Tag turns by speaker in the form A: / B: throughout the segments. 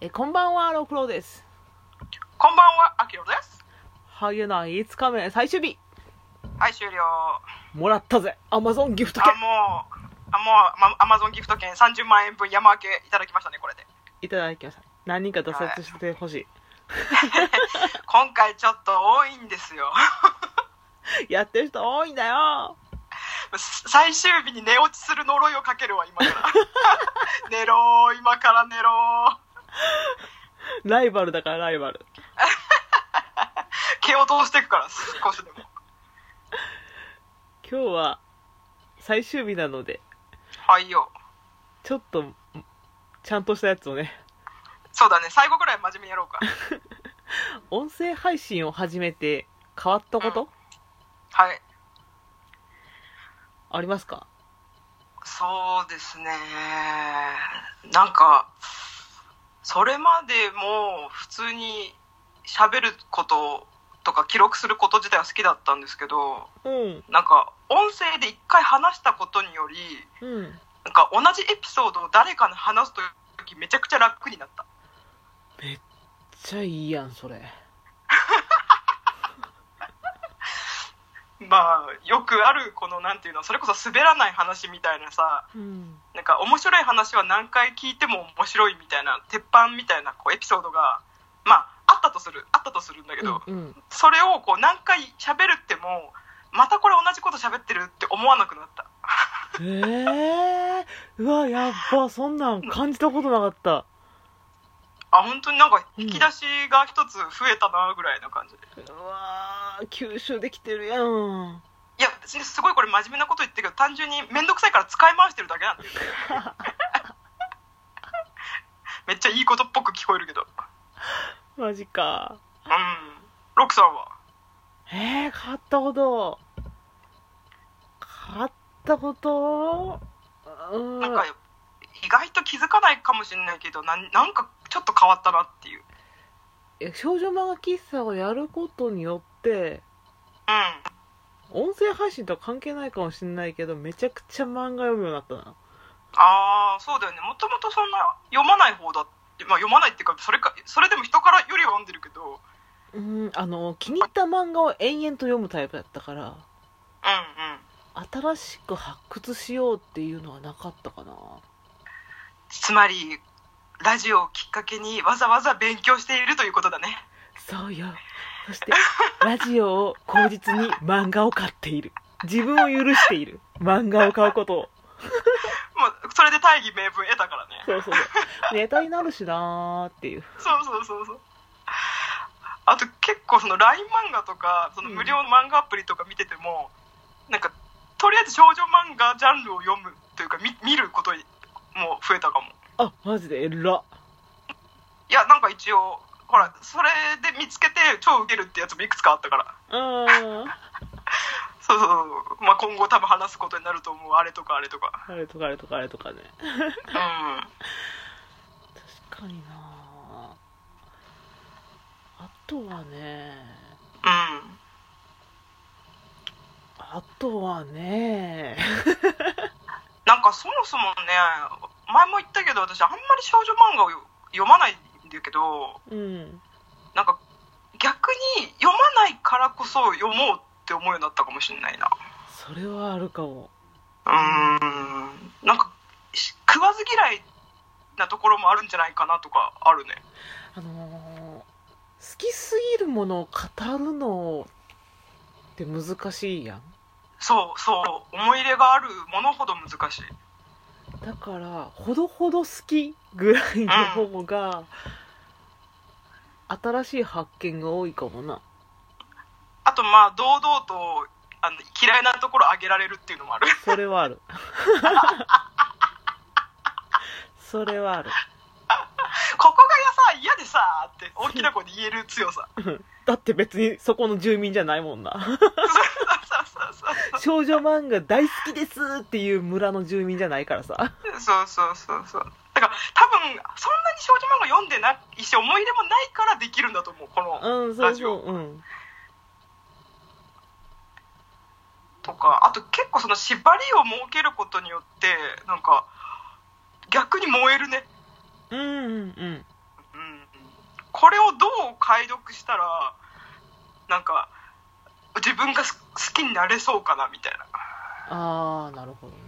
A: えこんばんは、ろくろです。
B: こんばんは、あきろです。
A: ハゲない5日目最終日。
B: はい、終了。あ、
A: もらったぜ。アマゾンギフト券。
B: もう、あ、もう、アマゾンギフト券30万円分山分けいただきましたね、これで。
A: いただきました。何人か挫折してほし
B: 今回ちょっと多いんですよ。
A: い。やってる人多いんだよ。
B: 最終日に寝落ちする呪いをかけるわ、今から。 寝ろー、今から寝ろー。
A: ライバルだからライバル。
B: 毛を通していくから、少しでも。
A: 今日は最終日なので、
B: はいよ。
A: ちょっと、ちゃんとしたやつをね、
B: そうだね、最後ぐらい真面目にやろうか。
A: 音声配信を始めて変わったこと、
B: うはい。
A: ありますか
B: そうですね。なんか、それまでも普通に喋ることとか記録すること自体は好きだったんですけど、
A: うん。
B: なんか音声で一回話したことにより、
A: うん。
B: なんか同じエピソードを誰かに話すときめちゃくちゃ楽になった。
A: じゃあいいやん、それ。
B: まあ、よくあるこのなんていうの、それこそ滑らない話みたいなさ、
A: うん。
B: なんか面白い話は何回聞いても面白いみたいな鉄板みたいなこうエピソードがまああったとするあったとするんだけど、
A: うん。
B: それをこう何回喋るってもまたこれ同じこと喋ってるって思わなくなった
A: ええー、うわ、やっぱ、そんなん感じたことなかった。
B: あ本当になんか引き出しが一つ増えたなぐらいな感じで、
A: うわー、吸収できてるやん。
B: いや別にすごいこれ真面目なこと言ってるけど単純に面倒くさいから使い回してるだけなん だよめっちゃいいことっぽく聞こえるけどうん
A: マジか。
B: ロックさんは
A: えー、買ったこと。買ったことうん。
B: なんか意外と気づかないかもしれないけどなんなんかちょっと変わったなっていううん
A: え少女漫画喫茶をやることによって、音声配信とは関係ないかもしれないけど、めちゃくちゃ漫画読むようになったな。
B: ああそうだよねもともとそんな読まない方だって、まあ、読まないっていうかそれかそれでも人からよりは読んでるけど
A: うん、あの、気に入った漫画を延々と読むタイプだったから、
B: うんうん
A: 新しく発掘しようっていうのはなかったかな。
B: つまりラジオをきっかけにわざわざ勉強しているということだね
A: そうよ。そして、ラジオを口実に漫画を買っている。自分を許している。漫画を買うことを。
B: もうそれで大義名分得たからね
A: そうそうそう。ネタになるしなーっていう。
B: そうそうそうそうあと結構その LINE 漫画とかその無料の漫画アプリとか見てても、なんかとりあえず少女漫画ジャンルを読むというか見見ることにも増えたかも
A: あ、マジで偉っ。
B: いやなんか一応ほらそれで見つけて超ウケるってやつもいくつかあったから
A: うーん。
B: そうそうそう、まあ、今後多分話すことになると思うあれとかあれとか
A: あれとかあれとかあれとかね。
B: うんあ
A: 確かになーあとはね、あとはね、
B: なんかそもそもね前も言ったけど私あんまり少女漫画を読まないんだけど
A: うん。
B: なんか逆に読まないからこそ読もうって思うようになったかもしれないな
A: それはあるかも。
B: うーんなんかし食わず嫌いなところもあるんじゃないかなとかあるね
A: あのー好きすぎるものを語るのって難しいやん
B: そうそう思い入れがあるものほど難しい
A: だからほどほど好きぐらいの方が新しい発見が多いかもな
B: あとまあ堂々とあの嫌いなところあげられるっていうのもある
A: それはあるそれはある
B: ここがやさ嫌でさーって大きな声で言える強さ
A: だって別にそこの住民じゃないもんな
B: そうそうそうそう
A: 少女漫画大好きですっていう村の住民じゃないからさ
B: そうそうそうそうだから多分そんなに少女漫画読んでないし思い入れもないからできるんだと思うこの
A: うんそうそううん
B: とかあと結構その縛りを設けることによってなんか逆に燃えるね
A: うんうんうん
B: うん解読したらなんか自分がす好きになれそうかなみたいな
A: ああなるほどね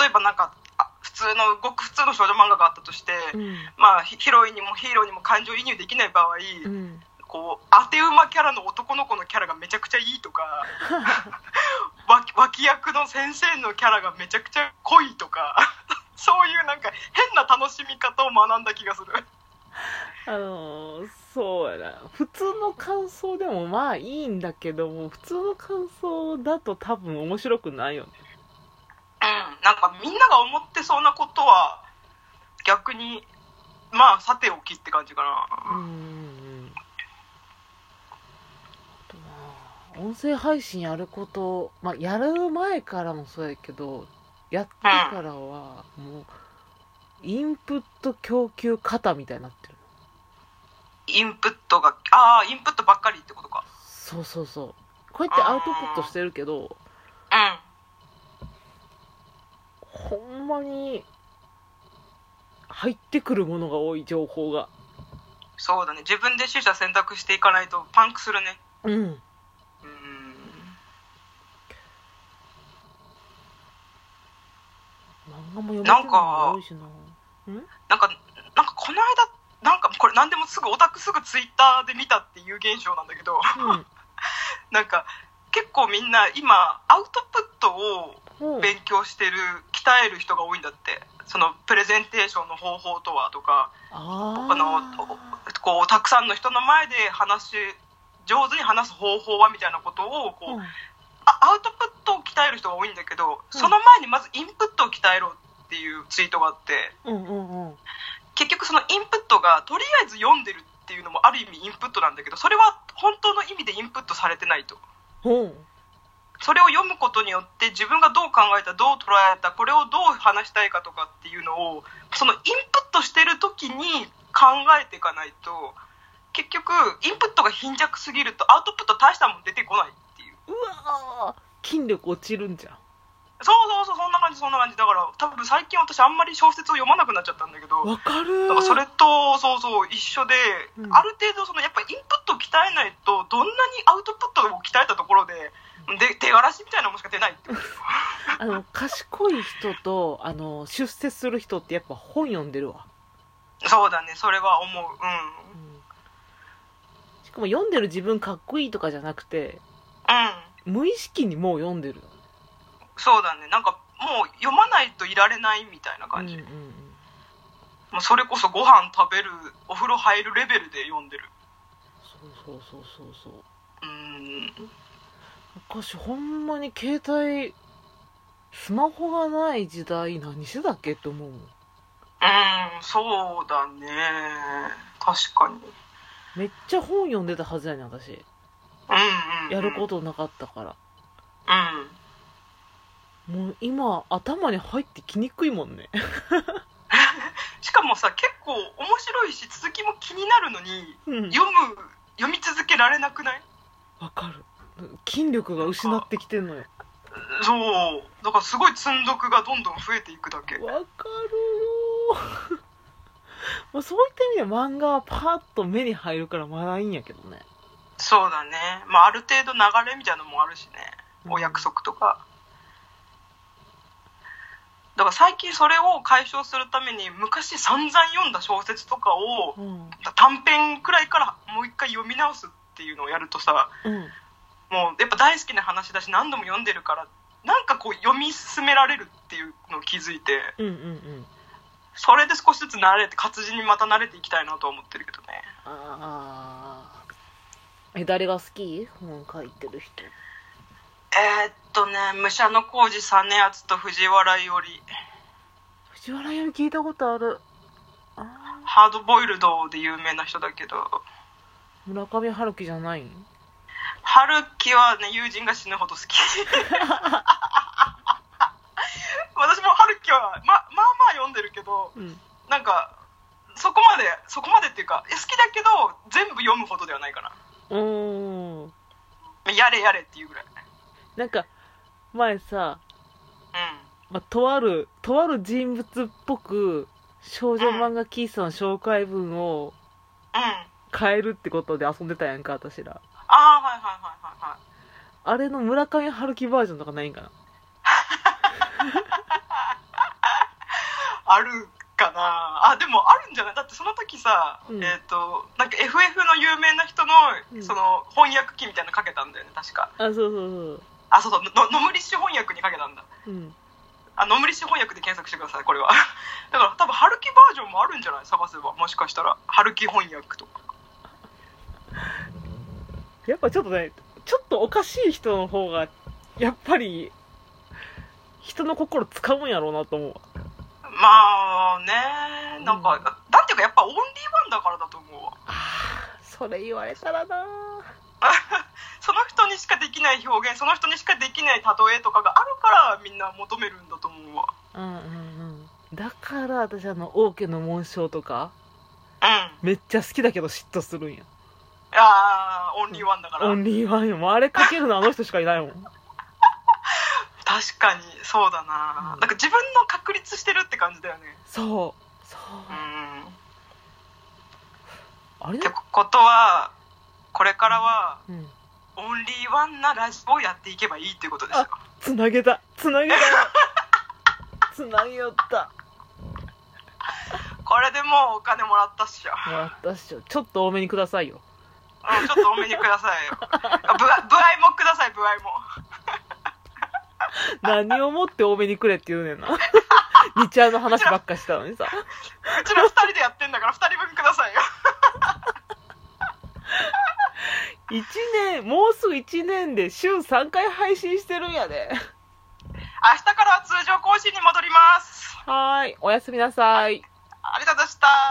B: 例えばなんかあ普通のごく普通の少女漫画があったとして、
A: うん
B: まあヒヒロインにもヒーローにも感情移入できない場合、
A: うん
B: こう当て馬キャラの男の子のキャラがめちゃくちゃいいと かわ脇役の先生のキャラがめちゃくちゃ濃いとかそういうなんか変な楽しみ方を学んだ気がする
A: あのーそうやな普通の感想でもまあいいんだけども普通の感想だと多分面白くないよね
B: うん、なんかみんなが思ってそうなことは逆にまあさておきって感じか
A: うん
B: な、
A: うんうんあとまあ音声配信やること、まあ、やる前からもそうやけどやってからはもうインプット供給型みたいになってる
B: インプットがああインプットばっかりってことか
A: そうそうそうこうやってアウトプットしてるけど
B: うん
A: ほんまに入ってくるものが多い情報が
B: そうだね自分で取捨選択していかないとパンクするね
A: うん
B: うん
A: 漫画も読めてないのが多いしな
B: なんかなんかこの間なんかこれ何でもすぐオタクすぐツイッターで見たっていう現象なんだけど なんか結構みんな今アウトプットを
A: うん、うん、
B: 勉強してる鍛える人が多いんだってそのプレゼンテーションの方法とはとか
A: あ
B: このこうたくさんの人の前で話し上手に話す方法はみたいなことをこう、
A: ーうん
B: あアウトプットを鍛える人が多いんだけど、その前にまずインプットを鍛えろっていうツイートがあって
A: うんうんうん
B: 結局そのインプットがとりあえず読んでるっていうのもある意味インプットなんだけどそれは本当の意味でインプットされてないと。
A: うん
B: それを読むことによって自分がどう考えたどう捉えたこれをどう話したいかとかっていうのをそのインプットしてる時に考えていかないと結局インプットが貧弱すぎるとアウトプット大したもん出てこないっていう
A: うわー筋力落ちるんじゃん
B: そうそうそうそんな感じそんな感じだから多分最近私あんまり小説を読まなくなっちゃったんだけど
A: わかる
B: だからそれとそうそう一緒で、
A: うん
B: ある程度そのやっぱインプットを鍛えないとどんなにアウトプットを鍛えたところでで手荒らしみたいなのもしか出ないってこと
A: あの賢い人とあの出世する人ってやっぱ本読んでるわ、
B: そうだねそれは思ううん
A: うん、しかも読んでる自分かっこいいとかじゃなくて
B: うん
A: 無意識にもう読んでる
B: そうだねなんかもう読まないといられないみたいな感じ、
A: うんうんうん
B: もうそれこそご飯食べるお風呂入るレベルで読んでる
A: そうそうそうそうそう
B: うん
A: 昔ほんまに携帯スマホがない時代何してたっけって思うもん
B: うんそうだね確かに
A: めっちゃ本読んでたはずやねん私
B: うんうん、うん、
A: やることなかったから
B: うん
A: もう今頭に入ってきにくいもんね
B: しかもさ結構面白いし続きも気になるのに
A: うん
B: 読む読み続けられなくない
A: わかる筋力が失ってきてんのよ
B: そうだからすごい積んどくがどんどん増えていくだけ
A: わかるよ ーもうそういった意味では漫画はパッと目に入るからまだいいんやけどね
B: そうだねまあある程度流れみたいなのもあるしねお約束とか。だから最近それを解消するために昔散々読んだ小説とかを
A: うんうん
B: 短編くらいからもう一回読み直すっていうのをやるとさもうやっぱ大好きな話だし何度も読んでるからなんかこう読み進められるっていうのを気づいて
A: うんうんうん
B: それで少しずつ慣れて活字にまた慣れていきたいなとは思ってるけどね
A: ああえ誰が好き本書いてる人
B: えーっとね武者の工事実篤と藤原より
A: 藤原より聞いたことあるあ
B: ハードボイルドで有名な人だけど
A: ー村上春樹じゃないん
B: 春樹はね友人が死ぬほど好 き私も春樹はままあまあ読んでるけど
A: うん
B: なんかそこまでそこまでっていうかえ好きだけど全部読むほどではないかな
A: うーん
B: やれやれっていうぐらい
A: なんか前さ、
B: う
A: まあ、とあるとある人物っぽく少女漫画喫茶の紹介文を
B: んうん
A: 変えるってことで遊んでたやんか私ら
B: ああはいはいはいはいはい
A: あれの村上春樹バージョンとかないんかな
B: あるかなあでもあるんじゃないだってその時さ、
A: うん
B: えっ、となんか FF の有名な人の
A: うん
B: その翻訳機みたいなのかけたんだよね確か
A: あそうそう
B: あそうそうのノムリッシュ翻訳にかけたんだ
A: そううん
B: あノムリッシュ翻訳で検索してくださいこれは だから多分春樹バージョンもあるんじゃない探せばもしかしたら春樹翻訳とか
A: やっぱちょっとねちょっとおかしい人の方がやっぱり人の心掴むんやろうなと思うわ
B: まあねなんか、
A: うん
B: なんていうかやっぱオンリーワンだからだと思うわ
A: あーそれ言われたらな
B: その人にしかできない表現その人にしかできない例えとかがあるからみんな求めるんだと思うわ
A: うんうんうんだから私あの王家の紋章とか
B: うん
A: めっちゃ好きだけど嫉妬するんや
B: ああオンリーワンだから
A: オンリーワンよもうあれかけるのあの人しかいないもん
B: 確かにそうだな、
A: うん
B: なんか自分の確立してるって感じだよね
A: そうそう
B: うん
A: あれ
B: ってことはこれからは
A: うん
B: オンリーワンなラジオをやっていけばいいっていうことですよ
A: つなげたつなげ たつなげよった
B: これでもうお金もらったっしょ、
A: もらったっしょちょっと多めにくださいよ
B: うん、ちょっと多めにくださいよあぶわ部合もください部合も
A: 何をもって多めにくれって言うねん な日ちゃんの話ばっかしたのにさ
B: うちら2人でやってんだから2人分くださいよ
A: 1年もうすぐ1年で週3回配信してるんやで
B: 明日からは通常更新に戻ります
A: はーいおやすみなさい
B: ありがとうございました